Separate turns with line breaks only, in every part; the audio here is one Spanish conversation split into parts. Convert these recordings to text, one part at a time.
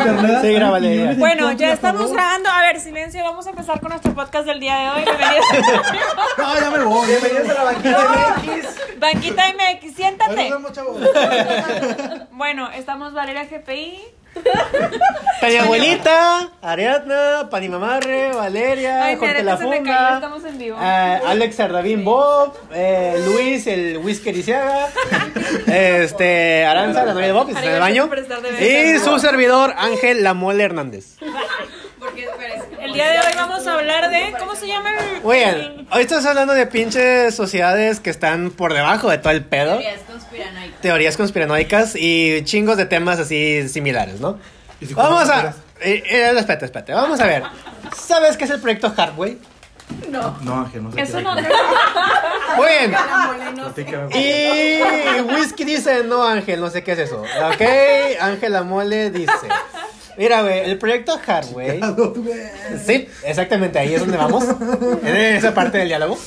internet.
Sí, grábale, ya.
Bueno, ya estamos grabando. A ver, silencio, vamos a empezar con nuestro podcast del día de hoy. Bienvenidos.
No, ya me voy. ya me voy.
Bienvenidos a la banquita MX.
Banquita MX,
Ahí nos
siéntate.
vemos, chavos.
Bueno, estamos Valeria GPI.
Tania Abuelita, Ariadna, Panimamarre, Valeria,
Ay,
Ah, Jorge
mira,
La
que se me cayó,
Funda,
estamos en vivo.
eh, Alex Ardavín Bob, eh, Luis, el Whisker Isiaga, este, Aranza, la novia de Bob, que está en el baño,
Gracias por estar de
y
vez.
su servidor, Ángel La Mole Hernández.
El día de hoy vamos a hablar de. ¿Cómo se llama el.?
Oigan, hoy estás hablando de pinches sociedades que están por debajo de todo el pedo, teorías conspiranoicas y chingos de temas así similares, ¿no?
Y si
Vamos a...
compras-
eh, eh, espérate, espérate, vamos a ver. ¿Sabes qué es el proyecto Hardway?
No, Ángel, no sé.
Eso
qué
no.
era.
Muy bien.
Platícame, por favor.
Y Whisky dice, no Ángel, no sé qué es eso. Ok, Ángela Mole dice. Mira, güey, el proyecto Hardway.
Ah, no, tú ves.
Sí, exactamente, ahí es donde vamos. En esa parte del diálogo.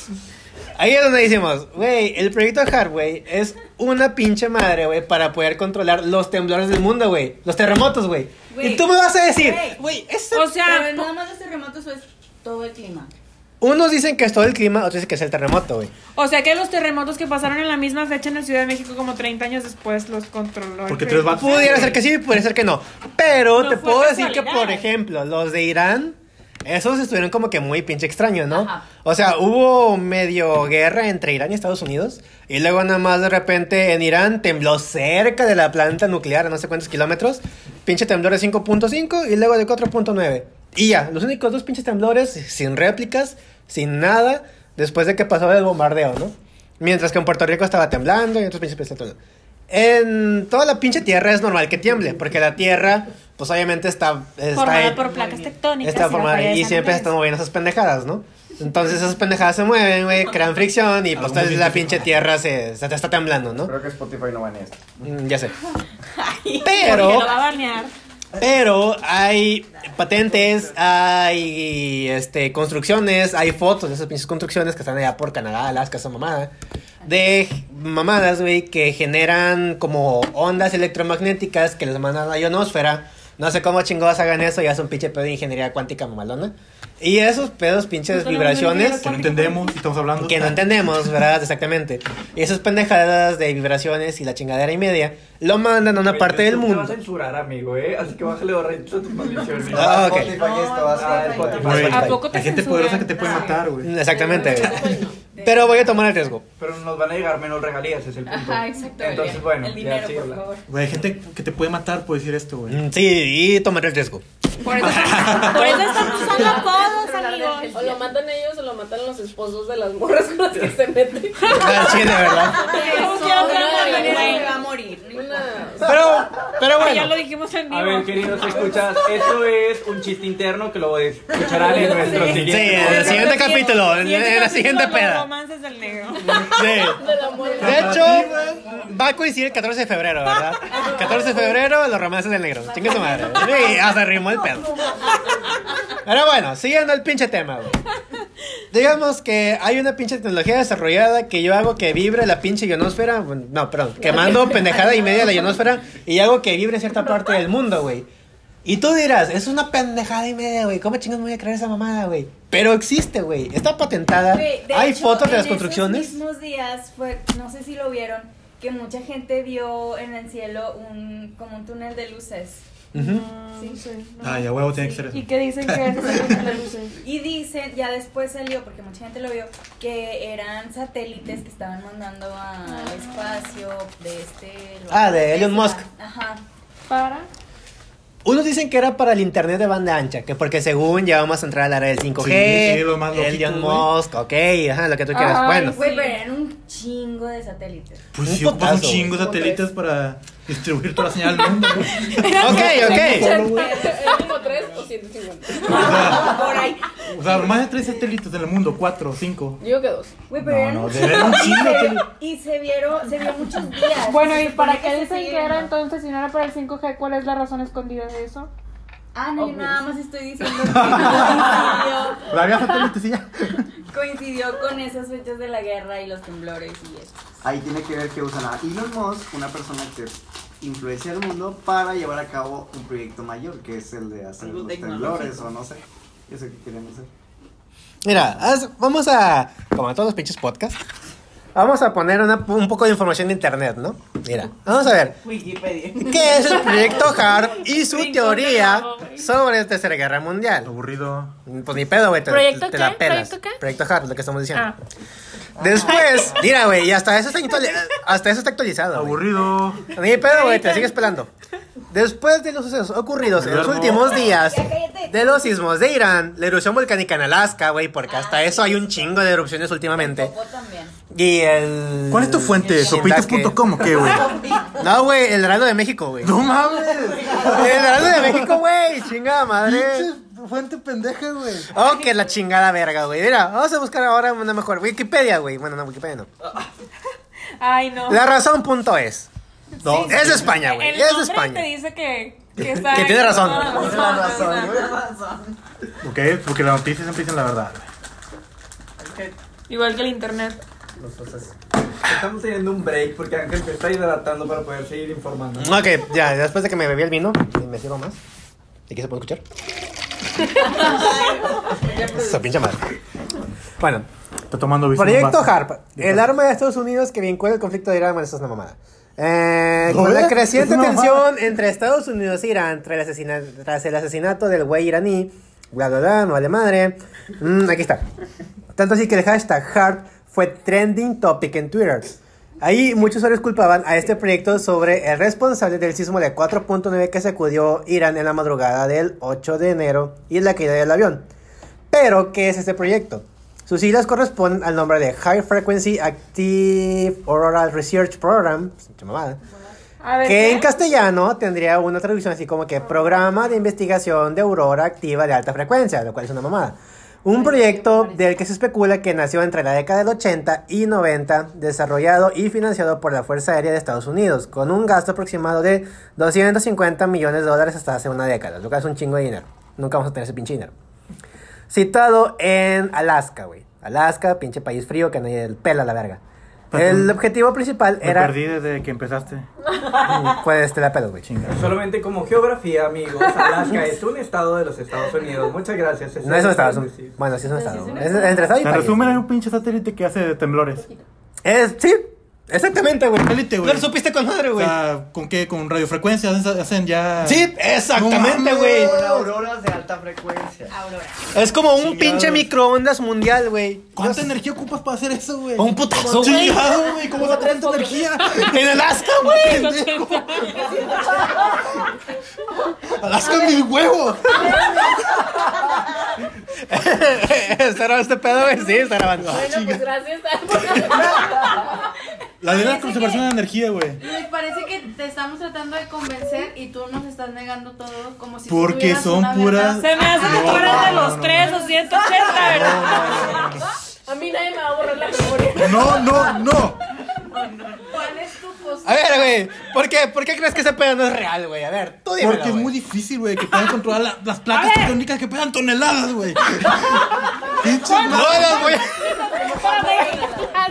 Ahí es donde decimos, güey, el proyecto Hardway es una pinche madre, güey, para poder controlar los temblores del mundo, güey. Los terremotos, güey.
Güey,
Y tú me vas a decir,
güey.
güey, es
O
Pero
sea,
nada más los terremotos o es todo el clima.
Unos dicen que es todo el clima, otros dicen que es el terremoto, güey.
o sea que los terremotos que pasaron en la misma fecha en la Ciudad de México, como 30 años después, los controló. el
Porque tres
proyecto.
vatos.
Pudiera ser que sí, pudiera ser que no. Pero
No
te
fue
puedo decir que,
casualidad.
por ejemplo, los de Irán, esos estuvieron como que muy pinche extraños, ¿no?
Ajá.
O sea, hubo medio guerra entre Irán y Estados Unidos. Y luego nada más de repente en Irán tembló cerca de la planta nuclear, a no sé cuántos kilómetros. Pinche temblor de 5.5 y luego de 4.9. Y ya, los únicos dos pinches temblores sin réplicas, sin nada, después de que pasó el bombardeo, ¿no? Mientras que en Puerto Rico estaba temblando y en otros pinches países estaba temblando. En toda la pinche tierra es normal que tiemble, porque la tierra, pues obviamente está... está
Formada por placas tectónicas.
Está
la
formada
falla de
y
San
siempre se
Andrés.
están moviendo esas pendejadas, ¿no? Entonces esas pendejadas se mueven, güey, crean fricción y pues
Algo
tal
muy
la
científico.
pinche tierra se, se te está temblando, ¿no?
Creo que Spotify no va en esto.
Mm, Ya sé.
Porque
Pero,
lo va a banear.
pero hay patentes, hay este construcciones, hay fotos de esas pinches construcciones que están allá por Canadá, Alaska, esa mamada. De mamadas, güey, que generan como ondas electromagnéticas que les mandan a la ionosfera. No sé cómo chingados hagan eso, ya es un pinche pedo de ingeniería cuántica mamalona. Y esos pedos, pinches
No tenemos
vibraciones
Que no entendemos y estamos hablando.
que no entendemos, ¿verdad? Exactamente. Y esas pendejadas de vibraciones y la chingadera y media lo mandan a una parte del
Te va a
mundo.
censurar, amigo, ¿eh? Así que bájale barrito a tus maldiciones.
Ah, ok.
Spotify esto va a ser Spotify.
Güey,
¿A poco te
Hay gente
censuran?
poderosa que te puede matar, güey.
Exactamente. Pero voy a tomar el riesgo.
Pero nos van a llegar menos regalías, es el punto.
Ajá, exacto.
Entonces, bueno,
el dinero,
ya sí
por
habla.
favor.
Güey, hay gente que te puede matar por decir esto, güey.
Mm, Sí, y tomar el riesgo.
Por eso, por eso están usando apodos,
O
amigos.
lo matan ellos o lo matan los esposos de las morras con las que se meten.
Al chile, ¿verdad?
¿Cómo
Eso,
que hablan de
no,
la manera
no
de-
se va a morir. no importa.
Una-
Pero, pero
Ya lo
bueno.
dijimos en vivo.
A ver, queridos, escuchas, esto es un chiste interno que lo escucharán en nuestro
Sí.
Sí, en
siguiente.
el siguiente capítulo, en
Siguiente
en la
capítulo,
siguiente
los
peda.
romances del negro.
Sí.
de la muerte.
De hecho, va a coincidir el 14 de febrero, ¿verdad? 14 de febrero, los romances del negro. Chingue su madre. Sí, hasta rimó el pedo. Pero bueno, siguiendo el pinche tema, güey. Digamos que hay una pinche tecnología desarrollada que yo hago que vibre la pinche ionosfera. bueno, No, perdón, que mando pendejada y media a la ionosfera y hago que vibre en cierta parte del mundo, güey. Y tú dirás, es una pendejada y media, güey. ¿Cómo chingados me voy a creer esa mamada, güey? Pero existe, güey. Está patentada.
Güey, de
Hay
hecho,
fotos de
en
las construcciones.
Esos mismos días fue, no sé si lo vieron, que mucha gente vio en el cielo un como un túnel de luces.
Ujú.
No sé, no.
Ah,
Ay, a huevo tiene que ser eso.
¿Y qué dicen que es el túnel de luces?
Y dicen, ya después salió, porque mucha gente lo vio, que eran satélites que estaban mandando
Ah.
al espacio de este...
Ah, de Elon
Tesla.
Musk.
Ajá.
Para.
Unos dicen que era para el internet de banda ancha, que porque según ya vamos a entrar al área del 5G,
Sí, sí, lo más
el
loquito,
Elon
güey.
Musk, ok, ajá, lo que tú quieras.
Ay,
bueno,
Güey,
Sí.
pero eran un chingo de satélites.
Pues
Un
sí, ocupas un
putazo,
chingo de satélites para distribuir toda la señal al mundo, güey.
ok, ok.
¿Es como 3 o 150?
Por ahí.
O sea, más de tres satélites en el mundo, cuatro, cinco.
Digo que 2.
Güey, pero
No,
eran
no,
un
de ver un
Y
chingo.
se,
güey.
y se vieron, se vio muchos días.
Bueno, ¿y
Se
para
supone
qué
se
dicen
sigue
que era
viendo.
entonces si no era para el 5G? ¿Cuál es la razón escondida de eso?
Ah, no, yo nada más estoy diciendo que coincidió,
La había satélites y ya.
coincidió con esas fechas de la guerra y los temblores y eso.
Ahí tiene que ver que usan a Elon Musk, una persona que influenciar al mundo para llevar a cabo un proyecto mayor, que es el de hacer
Algo
los
tecnológico.
temblores o no sé. Eso que queremos hacer.
Mira, haz- vamos a, como en todos los pinches podcasts, vamos a poner una- un poco de información de internet, ¿no? Mira, vamos a ver.
Wikipedia.
¿Qué es el proyecto HARP y su
Brincón
teoría
de pavo, güey.
sobre la Tercera Guerra Mundial?
Aburrido.
Pues ni pedo, güey, te,
¿Proyecto
te
qué?
la pelas.
¿Proyecto qué?
Proyecto HARP, lo que estamos diciendo.
Ah,
Después, mira, güey, y hasta eso está, actuali- hasta eso está actualizado. güey.
Aburrido.
Ni pedo, güey, te sigues pelando. Después de los sucesos ocurridos en los
Guillermo.
últimos días
Ya cállate.
de los sismos de Irán, la erupción volcánica en Alaska, güey, porque
Ah,
hasta eso hay un chingo de erupciones últimamente.
Popó también.
Y el.
¿Cuál es tu fuente?
Shindaske.
¿Sopitas.com o qué, güey?
No, güey, el Heraldo de México, güey.
¡No mames!
El Heraldo de México, güey, chingada madre.
Pinche Fuente pendeja, güey.
Oh, que la chingada verga, güey. Mira, vamos a buscar ahora una mejor. Wikipedia, güey. Bueno, no, Wikipedia no.
Ay, no.
La razón punto es.
No,
Es de España, güey.
El
Es de
nombre
España.
te dice que, que está
Que tiene razón.
No, no, no,
Es la
no,
razón,
no.
güey.
Ok, porque las noticias siempre dicen la verdad.
Igual que el internet.
Nosotros Estamos teniendo un break porque Ángel te está hidratando para poder seguir informando.
Ok, ya, después de que me bebí el vino, y me sirvo más. ¿Y qué se puede escuchar? Esa pinche madre. Bueno,
Está tomando vista.
Proyecto HARP, el arma de Estados Unidos que vincula el conflicto de Irán bueno, eso es una mamada. Eh, con
¿Joder?
la
Es
creciente
una
tensión
mamada.
entre Estados Unidos e Irán tras el, asesina- tras el asesinato del güey iraní, bla bla bla, no vale madre. Mm, aquí está. Tanto así que el hashtag HARP fue trending topic en Twitter. Ahí muchos usuarios culpaban a este proyecto sobre el responsable del sismo de 4.9 que sacudió Irán en la madrugada del 8 de enero y la caída del avión. Pero, ¿qué es este proyecto? Sus siglas corresponden al nombre de High Frequency Active Auroral Research Program, pinche mamada,
A ver.
que
¿qué?
en castellano tendría una traducción así como que Programa de Investigación de Aurora Activa de Alta Frecuencia, lo cual es una mamada. Un proyecto del que se especula que nació entre la década del 80 y 90, desarrollado y financiado por la Fuerza Aérea de Estados Unidos, con un gasto aproximado de 250 millones de dólares hasta hace una década, lo cual es un chingo de dinero. Nunca vamos a tener ese pinche dinero. Citado en Alaska, güey. Alaska, pinche país frío que nadie le pela la verga. El objetivo principal
Pues Me
era.
perdí desde que empezaste.
Pues te la pedo, güey.
Chinga.
Solamente como geografía, amigos, Alaska es un estado de los Estados Unidos. Muchas gracias.
No es un estado. es un-
Sí.
Bueno, sí es un estado. Es entre estado y
En
país.
resumen, hay un pinche satélite que hace temblores.
Es, sí, exactamente, güey.
Satélite, güey.
No lo supiste con madre,
O
güey.
sea, ¿con qué? ¿Con radiofrecuencia? Hacen- Hacen ya.
Sí, exactamente,
No mames.
güey.
Con auroras de alta frecuencia.
Aurora.
Es como un
Chingados.
pinche microondas mundial, güey.
¿Cuánta energía ocupas para hacer eso, güey?
Un putazo, güey.
Chingado, güey. ¿Cómo vas a traer tanta energía?
En Alaska,
El
güey.
80.
Alaska mi huevo.
Está grabando este pedo, güey. Sí, está grabando.
Bueno, pues gracias.
La de la
Parece
conservación
que-
de energía, güey.
Luis, parece que te estamos tratando de convencer y tú nos estás negando todo como si tú
Porque
tuvieras
son
una
puras-
verdad.
Se me hace que tú eres de los tres o 180, ¿verdad?
A mí nadie me va a borrar la memoria.
No, no, no.
¿Cuál es tu postura?
A ver, güey. ¿Por qué? ¿Por qué crees que ese pedo no es real, güey? A ver, tú dímelo,
Porque es
güey.
muy difícil, güey, que puedan controlar la- las placas tectónicas que pesan toneladas, güey. Pinche
No,
madre.
no, güey.
Ah,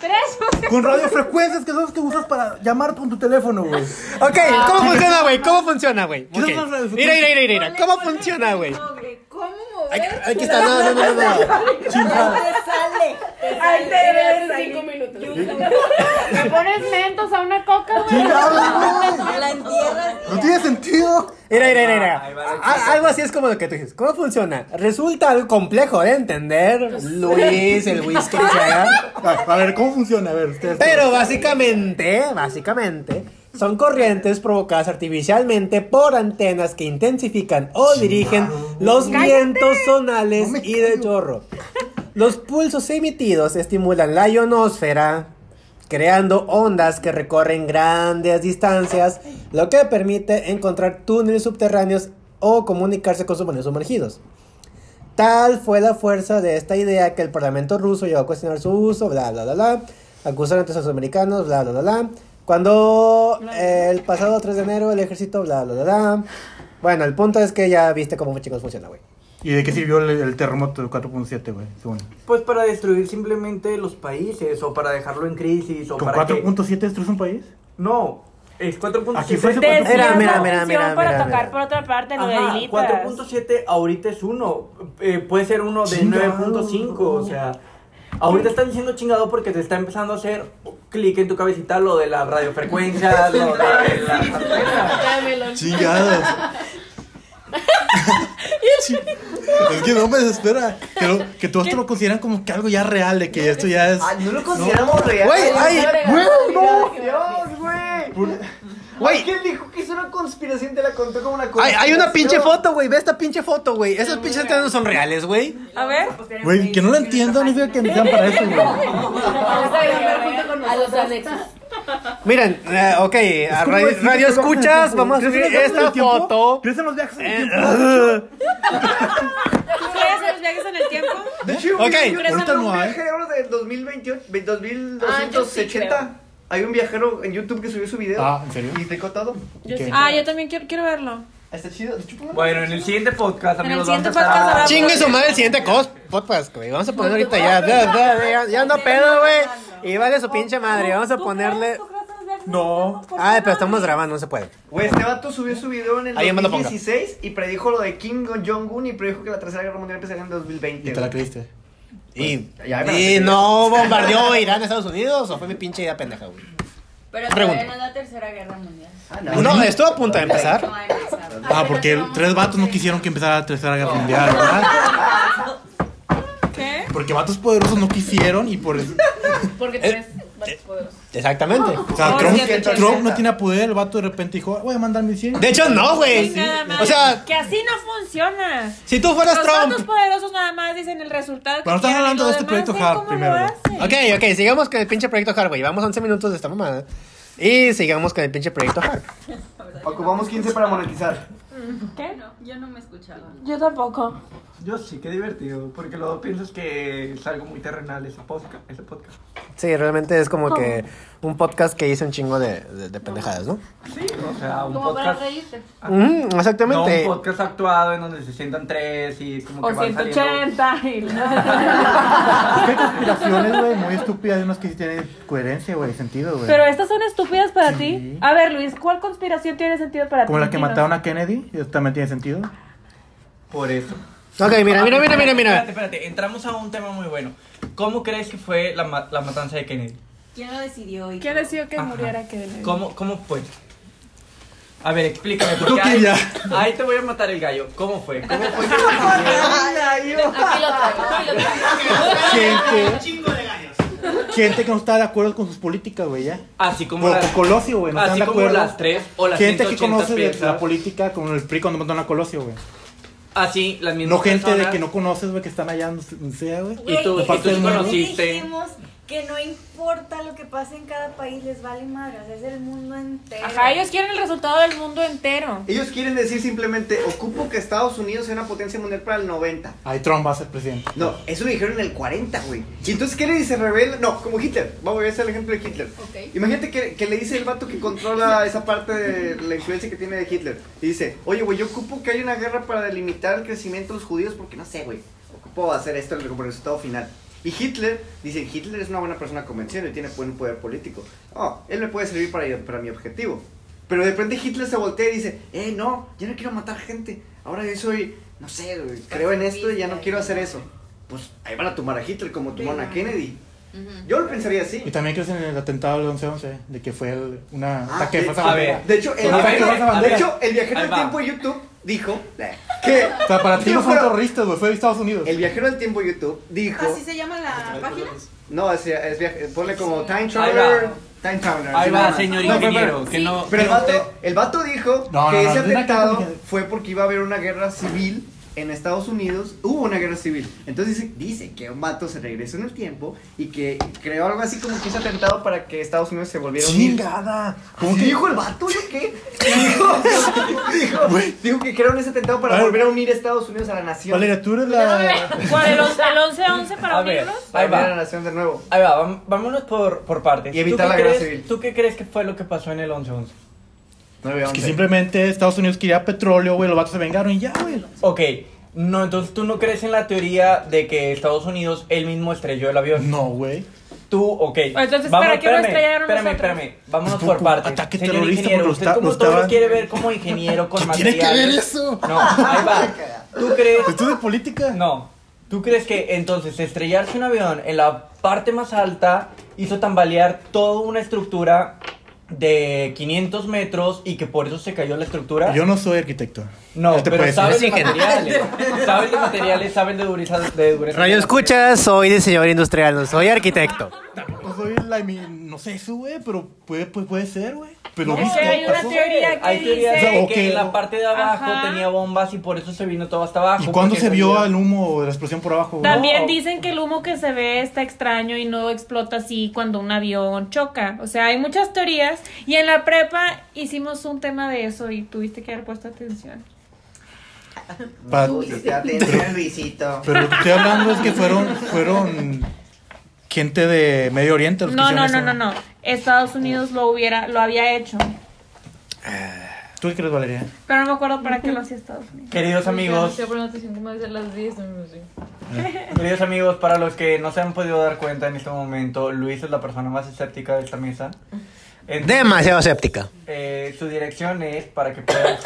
Tres.
Con radiofrecuencias que son las que usas para llamar con tu teléfono, güey.
Ok, ¿cómo funciona, güey? ¿Cómo funciona, güey?
¿Qué son
Ok.
las redes
Mira, mira, mira, mira.
Ponle-
¿Cómo
ponle
funciona,
tu
güey?
nombre. ¿Cómo
Aquí,
mover?
aquí está, no, no, no, no, no.
te sale.
Ahí te debes cinco minutos.
¿Le pones mentos a una coca, güey?
La entierras.
No tiene sentido.
Mira, mira, mira, mira.
Ahí va la
A- algo así es como lo que tú dices. ¿Cómo funciona? Resulta algo complejo de entender, Luis, el whisky, que se haga.
A, a ver, ¿cómo funciona? A ver, ustedes.
Pero básicamente, básicamente, son corrientes provocadas artificialmente por antenas que intensifican o dirigen los vientos zonales
No me
y de chorro. Los pulsos emitidos estimulan la ionosfera, creando ondas que recorren grandes distancias, lo que permite encontrar túneles subterráneos o comunicarse con submarinos sumergidos. Tal fue la fuerza de esta idea que el Parlamento ruso llegó a cuestionar su uso, bla, bla, bla, bla. Acusaron a los americanos, bla, bla, bla, bla. Cuando el pasado 3 de enero el ejército, bla, bla, bla, bla. Bueno, el punto es que ya viste cómo chicos funciona, güey.
¿Y de qué sirvió el, el terremoto de 4.7, güey? Según.
Pues para destruir simplemente los países o para dejarlo en crisis o
¿Con
para que...
4.7 destruyes un país?
No, Es 4.7.
Aquí fue su-
Desvías
Mira,
la
mira,
atención
mira, mira,
para
mira,
tocar
mira.
por otra parte lo
Ajá,
de Dilitas.
4.7 ahorita es 1. puede ser uno de
Chingado.
9.5. O sea, ahorita están diciendo chingado porque te está empezando a hacer clic en tu cabecita lo de la radiofrecuencia, lo de la antena.
Ya, melón.
Chingados. Sí. Es que no me desespera que, lo- que todos te lo consideran como que algo ya real, de que esto ya es.
Ay, no lo consideramos real.
Güey, ay, güey, no.
Dios, güey. Ay, ¿Quién dijo que es una conspiración? Te la contó como una
Ay,
conspiración.
hay una pinche foto, güey. Ve esta pinche foto, güey. Esas pinches telas no son reales, güey.
A ver.
Güey, que no lo entiendo, ni siquiera que me para eso, güey.
A los anexos.
Miren, eh, ok, a
como
radio,
decir que te
radio
bajas el
escuchas,
tiempo.
vamos a
¿Crees en
subir
los viajes en
esta
el tiempo?
foto.
¿Crees en los viajes en el
Eh,
tiempo?
¿Tú crees en los viajes en el tiempo?
De hecho,
Ok.
güey,
Pero
ahorita
esa
no
un
hay.
viajero del 2028, ve-
Ah, yo sí
2280.
creo.
hay un viajero en YouTube que subió su video.
Ah, ¿en serio?
Y te todo.
Yo
¿Qué?
sí.
Ah, yo también quiero, quiero verlo.
Está chido. De hecho, póngalo.
Bueno, en el siguiente podcast,
En el
amigos,
siguiente
vamos a estar-
podcast habrá-
Chingue su madre el siguiente cos podcast, güey. Vamos a poner ahorita ya. Ya, ya, ya, ya no pedo, güey. Y vale su pinche madre. Vamos a
¿Tú
ponerle.
crees- tú crees en los viajes en
No.
el tiempo? ¿Por qué
Ay,
no?
pero estamos grabando, no se puede.
Güey, este vato subió su video en el
Ahí me lo ponga.
2016 y predijo lo de Kim Jong-un y predijo que la tercera guerra mundial empezaría en 2020.
Y te la
güey.
creíste.
Y,
ya, ya,
y
ya.
no bombardeó Irán a Estados Unidos o fue mi pinche idea pendeja, güey.
Pero
Pregunta.
todavía no es la tercera guerra mundial.
Ah,
No, estuvo a punto de empezar.
No ha empezado.
Ah, porque el- tres vatos no quisieron que empezara la tercera guerra mundial, ¿verdad?
¿Qué?
Porque vatos poderosos no quisieron y por eso.
Porque tres vatos poderosos.
Exactamente.
O sea,
Oh,
Trump,
sí, sí, sí.
Trump no tiene poder, el vato de repente dijo, "Ah, voy a mandar mis 100.
De hecho, no, güey.
Chingada madre.
O sea,
que así no funciona.
si tú fueras
Los datos
Trump.
poderosos nada más dicen el resultado.
Pero no estás
quieren y
hablando
lo
de este
demás
proyecto
ven
Hub
cómo lo
primero, güey.
hacen.
Ok, ok, sigamos con el pinche proyecto Hard, güey. Vamos 11 minutos de esta mamada. Y sigamos con el pinche proyecto Hard.
Ocupamos 15 para monetizar.
¿Qué?
Yo no me escuchaba.
Yo tampoco.
Yo sí, qué divertido, porque luego piensas que es algo muy terrenal ese podcast. Ese podcast.
Sí, realmente es como que un podcast que hizo un chingo de, de- de pendejadas, ¿no?
Sí, o sea, un
Como para
podcast.
reírte.
Ujú,
No, un
exactamente.
podcast actuado en donde se sientan tres y como
O
que van saliendo.
180. y la-
Es que hay conspiraciones, güey, muy estúpidas, hay unas que sí tienen coherencia, güey, sentido, güey.
Pero estas son estúpidas para ti.
Sí.
A ver, Luis, ¿cuál conspiración tiene sentido para ti?
Como la que
Dinos.
mataron a Kennedy, eso también tiene sentido.
Por eso.
Ok, Ah, mira, mira, mira, mira,
Espérate,
mira.
espérate, entramos a un tema muy bueno. ¿Cómo crees que fue la, ma- la matanza de Kennedy?
¿Quién lo decidió? y
¿Quién
todo?
decidió que
Ajá.
muriera Kennedy?
¿Cómo, cómo fue? A ver, explícame.
Creo
Porque
que
ahí,
ya.
ahí te voy a matar el gallo. ¿Cómo fue? ¿Cómo fue? que-
Ah,
Aquí lo traigo, aquí lo traigo.
Gente. Gente que no está de acuerdo con sus políticas, güey, ya.
Así como,
Como
la-
con Colosio, güey, no están
así
de
como
acuerdo.
las tres o las
gente que
180
conoce de
piezas.
la política, como el PRI cuando mataron a Colosio, güey.
Así, las mismas
No gente de
personas.
que no conoces, güey, que están allá, no sé, güey.
Y tú,
Güey,
y tú
Aparte
sí
del mundo.
conociste.
Dijimos que no importa lo que pase en cada país, les vale madre, o sea, es el mundo entero.
Ajá, ellos quieren el resultado del mundo entero.
Ellos quieren decir simplemente, ocupo que Estados Unidos sea una potencia mundial para el 90.
Ahí Trump va a ser presidente.
No, eso lo dijeron en el 40, güey. Y entonces Kennedy se revela. No, como Hitler. Vamos a ver, ese es el ejemplo de Hitler.
Ok.
Imagínate que, que le dice el vato que controla esa parte de la influencia que tiene de Hitler. Y dice, oye, güey, yo ocupo que haya una guerra para delimitar el crecimiento de los judíos porque no sé, güey. Ocupo hacer esto como resultado final. Y Hitler, dicen, Hitler es una buena persona convencido y tiene buen poder político. Oh, él me puede servir para, para mi objetivo. Pero de repente Hitler se voltea y dice, eh, no, yo no quiero matar gente. Ahora yo soy, no sé, güey, creo en esto y ya no quiero hacer eso. Pues ahí van a tumbar a Hitler como tumbaron a Kennedy. Yo lo pensaría así.
Y también crees en el atentado del 11-11, de que fue el- una
Ah,
ataque
sí.
de falsa
A
bandera.
ver.
De hecho, el
Ah,
viajero,
pero esa
de
bandera.
hecho, el viajero
Ahí
del
va.
tiempo YouTube dijo que
O sea, para ti
Sí,
no son
pero-
terroristas, güey, fue de Estados Unidos.
el viajero del tiempo YouTube dijo,
Ah,
Así se llama la página.
no, es, es viaje- ponle como time
Ahí
traveler,
va.
time traveler.
Ahí
así
va,
nada más.
señor
No, pero-
ingeniero. Que no,
Pero el
que no te-
vato, el vato dijo
No,
que
no, no, no, no,
ese
no,
atentado
no, no, no.
fue porque iba a haber una guerra civil en Estados Unidos. Hubo una guerra civil. Entonces dice, dice que un vato se regresó en el tiempo y que creó algo así como que ese atentado para que Estados Unidos se volviera a unir.
Chingada.
¿Cómo que dijo el vato? ¿Yo qué? Dijo, dijo, dijo que crearon ese atentado para
Ay.
volver a unir a Estados Unidos a la nación.
Valeria, tú eres la.
¿Cuál? ¿El 11-11 para
A ver,
unirlos?
Para
ahí
unir a la
va.
nación de nuevo.
Ahí va, vam- vámonos por, por partes.
Y evitar
¿Tú qué
la guerra
crees-
civil.
¿Tú qué crees que fue lo que pasó en el 11-11?
Que simplemente Estados Unidos quería petróleo, güey, los vatos se vengaron y ya, güey.
Ok, no, entonces tú no crees en la teoría de que Estados Unidos él mismo estrelló el avión.
No, güey.
Tú, ok.
Entonces, ¿para qué va a estrellar uno
espérame,
nosotros?
espérame. Vámonos
Pues,
por
pum,
partes.
ataque
Señor
terrorista,
ingeniero,
porque
usted
lo está-
como
lo
todo
estaba-
quiere ver como ingeniero con
¿Qué tiene que ver
materiales.
eso?
No, ahí va. ¿Tú crees?
¿Esto es Pues de política?
No. ¿Tú crees que entonces estrellarse un avión en la parte más alta hizo tambalear toda una estructura de 500 metros y que por eso se cayó la estructura?
Yo no soy arquitecto.
no,
Él te
pero
Este puede
sabes
decir.
de materiales. sabes eh. de materiales, sabes de dureza. De dureza
Radio escucha, soy diseñador industrial, no soy arquitecto.
No soy la. mi- No sé eso, güey, pero puede, puede, puede ser, güey. Pero
No,
viste.
hay una
pasó.
teoría. que
Hay teorías
dice-
de
O
que
que-
la parte de abajo
Ajá.
tenía bombas y por eso se vino todo hasta abajo.
¿Y cuándo
porque
se vio
salió-
el humo de la explosión por abajo? güey?
También
No.
dicen que el humo que se ve está extraño y no explota así cuando un avión choca. O sea, hay muchas teorías. Y en la prepa hicimos un tema de eso y tuviste que haber puesto atención.
Pa-
Uy, está atento, Luisito.
Pero lo que estoy hablando es que fueron, fueron gente de Medio Oriente los que
No, no,
hicieron
no, no,
eso.
no. Estados Unidos lo hubiera, lo había hecho.
¿Tú qué crees, Valeria?
Pero no me acuerdo para qué lo hacía Estados Unidos.
Queridos amigos,
Estoy poniendo atención como desde las 10. no sé.
Ah.
Queridos amigos, para los que no se han podido dar cuenta en este momento, Luis es la persona más escéptica de esta mesa. Entonces,
Demasiado escéptica.
eh, su dirección es para que puedan.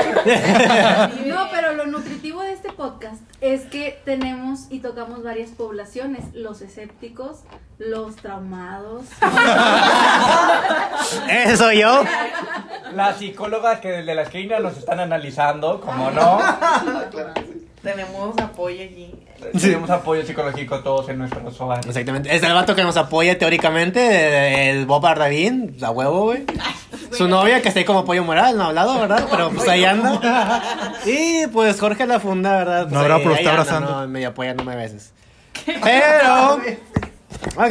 No, pero lo nutritivo de este podcast es que tenemos y tocamos varias poblaciones, los escépticos, los traumados.
Ese soy yo.
Las psicólogas que desde la esquina nos están analizando, como no.
Tenemos apoyo allí.
Tenemos apoyo psicológico todos en nuestros hogares.
Exactamente. Es el vato que nos apoya teóricamente, el Bob Ardavín, la huevo, güey. Su novia, que está ahí como pollo moral, no ha hablado, ¿verdad? Pero pues ahí anda. Y pues Jorge la funda, ¿verdad? Pues,
No habrá,
ahí-
pero
ahí
está
anda,
abrazando.
No, medio apoyándome a veces. Pero. Ok.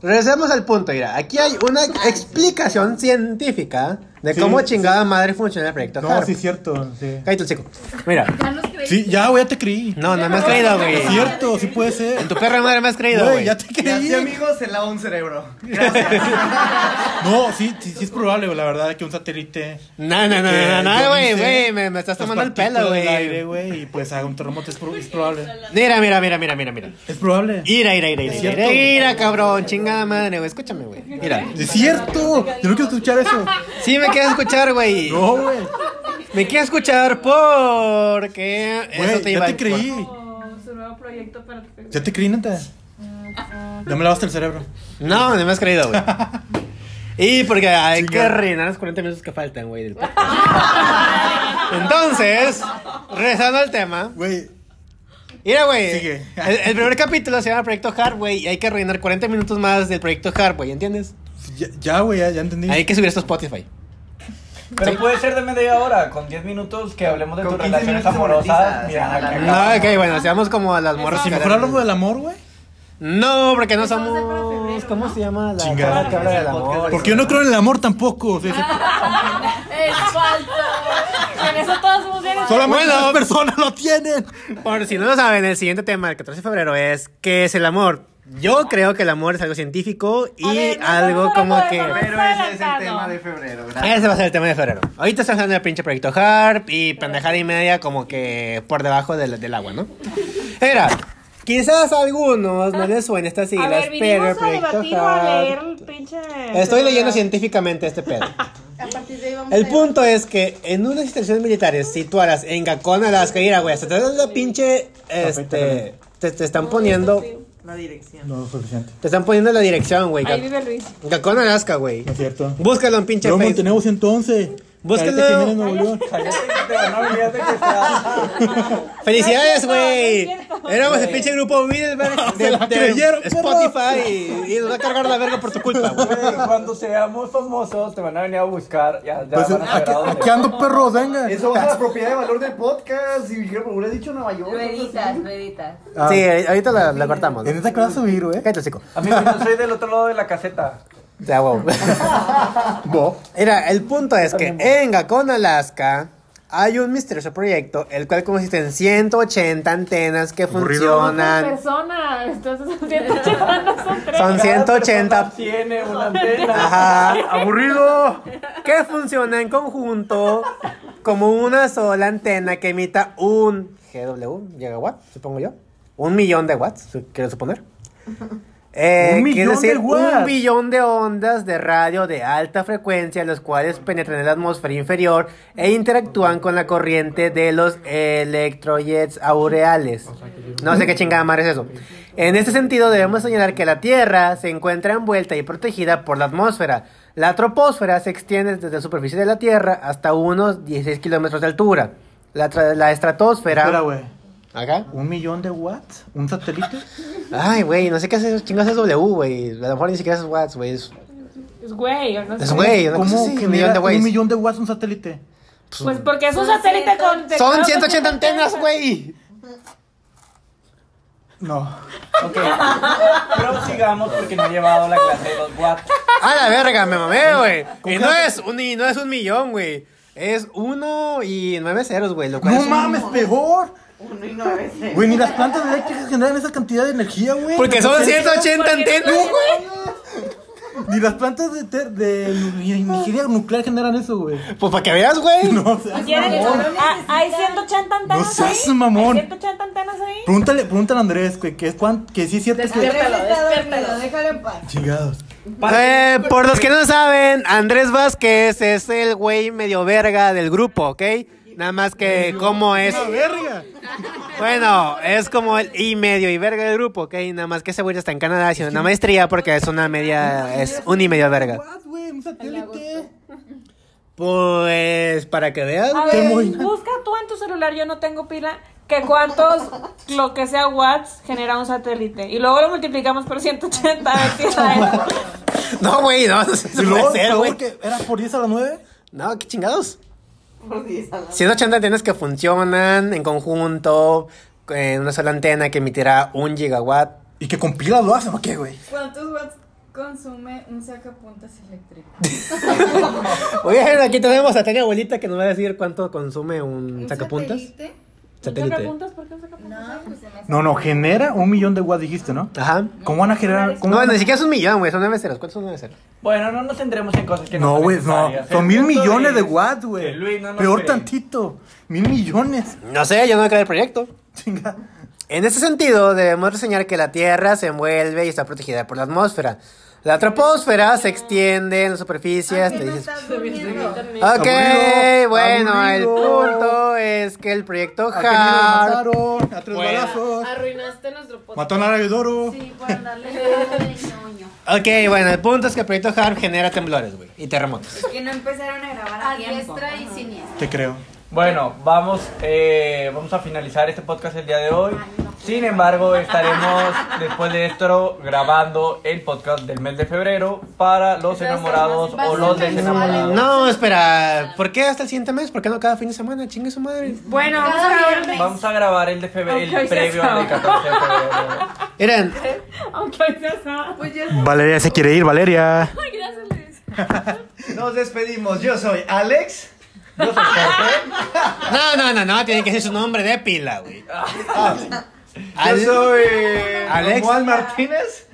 Regresemos al punto, mira. Aquí hay una explicación científica de
Sí,
cómo
sí.
chingada madre funciona el proyecto.
No,
Harp.
sí, cierto. Sí,
Cállate, chico. Mira.
Ya nos creí.
sí ya, güey, ya te creí.
No, no me has creído, güey.
Es cierto, sí puede ser.
En tu perra madre me has creído,
Güey,
güey.
ya te creí.
Gracias, amigos, se lava un cerebro.
No, sí, sí, sí es probable, güey, la verdad, que un satélite.
No, no, no,
que
no, no,
yo
no, güey,
hice
güey, me, me estás
las
tomando el
partículas
pelo,
del aire,
güey.
güey, y pues haga un terremoto, es, pro- es probable.
Mira, mira, mira, mira, mira, mira.
Es probable.
Ira, ira, ira, ira,
Es
ira,
cierto.
ira, ira, cabrón, chingada madre, güey, escúchame, güey. Mira,
Es cierto, yo no quiero escuchar eso.
sí me quiero escuchar, güey.
No, güey.
Me quiero escuchar porque eso
Güey,
te
ya
iba
te creí.
Oh, su nuevo proyecto para
Ya te creí, neta. Ya me lavaste el cerebro.
No, no me has creído, güey. Y porque hay que
Chingada.
rellenar los 40 minutos que faltan, güey, del podcast. Entonces, regresando al tema,
Güey,
Mira, güey.
Sigue.
El, el primer capítulo se llama Proyecto Hard, güey. Y hay que rellenar 40 minutos más del Proyecto Hard, güey. ¿Entiendes?
ya- ya, güey, ya, ya entendí.
Hay que subir esto a Spotify.
Pero puede ser de media hora, con 10 minutos que hablemos de
Con
tus
15
relaciones
minutos
amorosas.
monetizas,
Mira,
ya, la
acá-
No, ok, bueno, seamos como a las morras.
Si
que
mejor
hablan-
hablamos del amor, güey.
No, porque no
Eso va a ser para
somos.
febrero,
¿Cómo
¿no?
se llama la
Chingada.
chava que habla del amor?
Porque yo no creo en el amor tampoco. o sea, se-
Es falso.
En eso todos somos bien.
solamente
Bueno.
las personas lo tienen.
Por si no lo saben, el siguiente tema del 14 de febrero es ¿qué es el amor? Yo creo que el amor es algo científico y
A ver, nos
algo
vamos a
como
poder
que. Ah,
tomar-
Pero ese es el tema de febrero, ¿verdad?
Ese va a ser el tema de febrero. Ahorita estamos hablando del pinche proyecto Harp y pendejada y media como que por debajo del, del agua, ¿no? Era, quizás a algunos no les suene estas
A
siglas,
ver,
pero el
vinimos a
proyecto
debatir o a leer
Harp...
el pinche.
Estoy leyendo científicamente este pedo.
A partir de ahí vamos
El
a-
punto es que en unas instalaciones militares situadas en Gacón, Alaska, mira, güey, hasta te dan la pinche, este, te, te están poniendo,
La dirección.
No, suficiente.
te están poniendo la dirección, güey,
Ahí
Gac-
vive Luis.
Gacón, Alaska, güey.
No es cierto.
Búscalo en pinche
Luego
Facebook.
tenemos 111.
Búsquenlo.
Carita Jiménez, Nuevo León.
Cállate, no, olvídate que está-
¡Felicidades,
No es
güey!
cierto, no es cierto.
Éramos el pinche grupo Bilderberg de,
la
de
creyeron, perro.
Spotify y, y nos va a cargar la verga por tu culpa, güey.
Güey, Cuando seamos famosos te van a venir a buscar. Ya, ya
Pues,
van a saber
aquí,
a dónde.
aquí ando, perros, venga.
Eso va a la propiedad de valor del podcast. Y dijeron, hubiera dicho Nueva York.
Lo
¿no?
editas, lo editas.
Ah,
Sí, ahorita la, la cortamos.
En esta que vas a subir, güey.
Cállate, chico.
A mí yo soy del otro lado de la caseta.
Te hago. Mira, el punto es que en Gacón, Alaska, hay un misterioso proyecto, el cual consiste en 180 antenas que funcionan.
Persona, entonces 180 no son tres.
Son 180
Cada persona Tiene una antena.
Ajá, aburrido. Que funciona en conjunto como una sola antena que emita un GW, gigawatt, supongo yo. Un millón de watts, su- quiero suponer. Eh,
¿Un
quiere
millón
decir,
de watts?
un billón de ondas de radio de alta frecuencia, los cuales penetran en la atmósfera inferior e interactúan con la corriente de los electrojets aureales. No sé qué chingada madre es eso. En este sentido, debemos señalar que la Tierra se encuentra envuelta y protegida por la atmósfera. La troposfera se extiende desde la superficie de la Tierra hasta unos 16 kilómetros de altura. La, tra- la estratosfera.
Espera, güey.
¿Acá?
¿Un millón de watts? ¿Un satélite?
Ay, güey, no sé qué hace, chingas es W, güey. A lo mejor ni siquiera es watts, güey. Es,
Es güey, o no
es
sé.
güey, una cosa
¿Cómo
así,
que
un millón de
un
güeyes.
millón de watts un satélite?
Pues porque es un
Son
satélite
ciento-
con.
Son
con
180 antenas, güey.
No.
Ok. Prosigamos porque no he llevado la clase de los watts.
A la verga, me mamé, güey. Y
¿Con
no
cuánto?
es un, y no es un millón, güey. Es uno y nueve ceros, güey. Lo cual
No
es un-
mames, peor.
Uno y nueve seis.
Güey, ni las plantas eléctricas generan esa cantidad de energía, güey.
Porque son 180
Porque
antenas,
son-
güey.
Ni las plantas de, ter- de energía nuclear generan eso, güey.
Pues para que veas, güey.
No, seas
¿Quieren-
mamón.
ah, ¿Hay 180 antenas
No seas
ahí?
mamón.
¿Hay 180 antenas ahí?
Pregúntale, pregúntale a Andrés, güey, que, es cuan- que sí es cierto que...
Despiértalo, despiértalo.
déjalo en paz.
Chingados.
Eh, por los que no saben, Andrés Vázquez es el güey medio verga del grupo, ¿ok? Nada más que como es...
verga!
Bueno, es como el y medio y verga del grupo, ¿ok? Nada más que ese güey está en Canadá haciendo una maestría porque es una media, es un y medio verga.
What, güey? ¿Un satélite?
Pues, para que veas,
A
Qué
ver,
muy-
busca tú en tu celular, yo no tengo pila, que cuántos, lo que sea watts, genera un satélite. Y luego lo multiplicamos por 180. a ver si da eso.
No, güey, no, no sé,
¿Y
puede
luego,
ser,
luego
güey.
que ¿Era por 10 a las 9?
No, qué chingados.
Por diez a la-
180 antenas que funcionan en conjunto, en una sola antena que emitirá un gigawatt.
¿Y que con pilas lo hacen o qué, güey?
¿Cuántos watts consume un sacapuntas eléctrico?
Muy bien, aquí tenemos a Tania Abuelita que nos va a decir cuánto consume un sacapuntas.
satélite?
Satélite.
¿Sacapuntas? ¿Por qué un sacapuntas?
No, pues se me hace-
No, no, genera un millón de watts, dijiste, ¿no?
Ajá.
¿Cómo van a generar...? cómo
No,
van a-
ni siquiera es un millón, güey, son nueve ceros. ¿Cuántos son nueve ceros?
Bueno, no nos centremos en cosas que no
No,
son
güey, no.
necesarias.
Son
El
mil
punto
millones
es
de watts,
que
güey.
Luis no nos
Peor
cree.
tantito. Mil millones.
No sé, yo no voy a crear el proyecto.
Chinga.
En ese sentido, debemos reseñar que la Tierra se envuelve y está protegida por la atmósfera. La troposfera se extiende en la superficie hasta...
¿Por qué Ah, no
dices-
estás durmiendo?
Ok,
Aburrido,
bueno, el
aburrido.
punto es que el proyecto
A Kenny lo
HAR...
mataron a tres
Bueno.
balazos.
Ah, Arruinaste nuestro podcast.
Mató a Nara Doro.
Sí, por andarle de ñoño.
Ok, bueno, el punto es que el proyecto HAR genera temblores, güey, y terremotos.
Que no empezaron a grabar a
A
tiempo.
diestra y siniestra.
Te creo.
Bueno, vamos, eh, vamos a finalizar este podcast el día de hoy. Sin embargo, estaremos después de esto grabando el podcast del mes de febrero para los enamorados o los desenamorados.
No, espera, ¿por qué hasta el siguiente mes? ¿Por qué no cada fin de semana? Chingue su madre.
Bueno, vamos
Cada
a
viernes.
ver.
Vamos a grabar el de febrero,
Ok,
el
ya
previo al de
está.
14 de febrero.
Miren,
Aunque hoy sea sábado.
Pues ya
Valeria se quiere ir, Valeria.
Gracias, Luis.
Nos despedimos. Yo soy Alex.
no, no, no, no, tiene que ser su nombre de pila, güey.
Yo
Al-
soy
Alex.
Juan Martínez.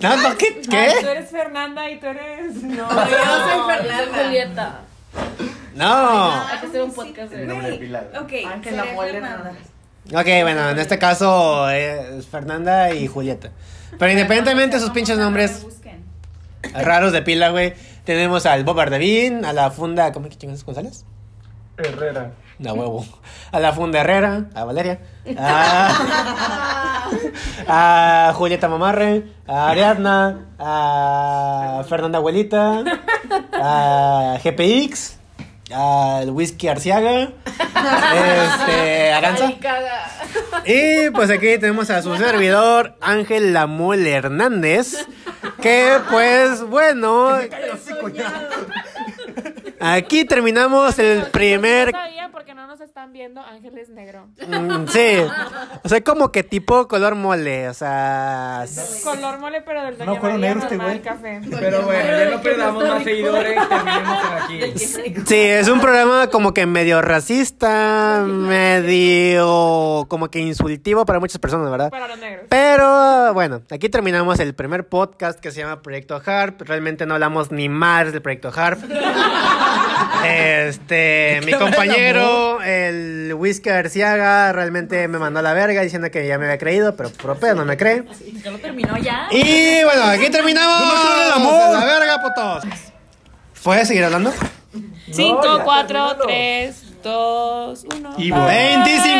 No, no, ¿qué?
Ay, tú
¿Qué?
eres Fernanda y tú eres. No,
Yo soy
No,
Fernanda.
soy
Julieta.
No.
Hay que hacer un podcast de
El nombre de pila.
Ok,
Ah, que
seré
la mole
Fernanda.
nada.
Ok, bueno, en este caso eh, es Fernanda y Julieta. Pero independientemente de sus pinches nombres
Busquen.
raros de pila, güey, tenemos al Bob Ardevin, a la funda, ¿cómo que chingados González?
Herrera.
No, huevo. A la funda Herrera, a Valeria, a, a Julieta Mamarre, a Ariadna, a Fernanda Abuelita, a GPX, al Whisky Arciaga, este, Aranza.
Ay, caga.
Y pues aquí tenemos a su servidor, Ángel Lamol Hernández. Que pues bueno, aquí terminamos el primer.
No sabía porque no nos están viendo Ángeles Negro.
mm, Sí, o sea, como que tipo color mole, o sea. s-
Color mole, pero del Doña
No, color
María
negro este
normal,
güey.
café.
Pero bueno, ya no perdamos más seguidores, terminemos aquí.
Sí, es un programa como que medio racista, medio o como que insultivo para muchas personas, ¿verdad?
Para los negros.
Pero bueno, aquí terminamos el primer podcast que se llama Proyecto Harp. Realmente no hablamos ni más del Proyecto Harp. Este, mi
habla el
compañero, el Whisky Arciaga, realmente me mandó a la verga diciendo que ya me había creído, pero propio no me cree.
Ya lo terminó ya.
Y bueno, aquí terminamos.
Yo no quiero el amor.
A La verga, putos. ¿Puedes seguir hablando?
No,
5,
ya
4,
termínalo.
3, 2, 1.
Y 25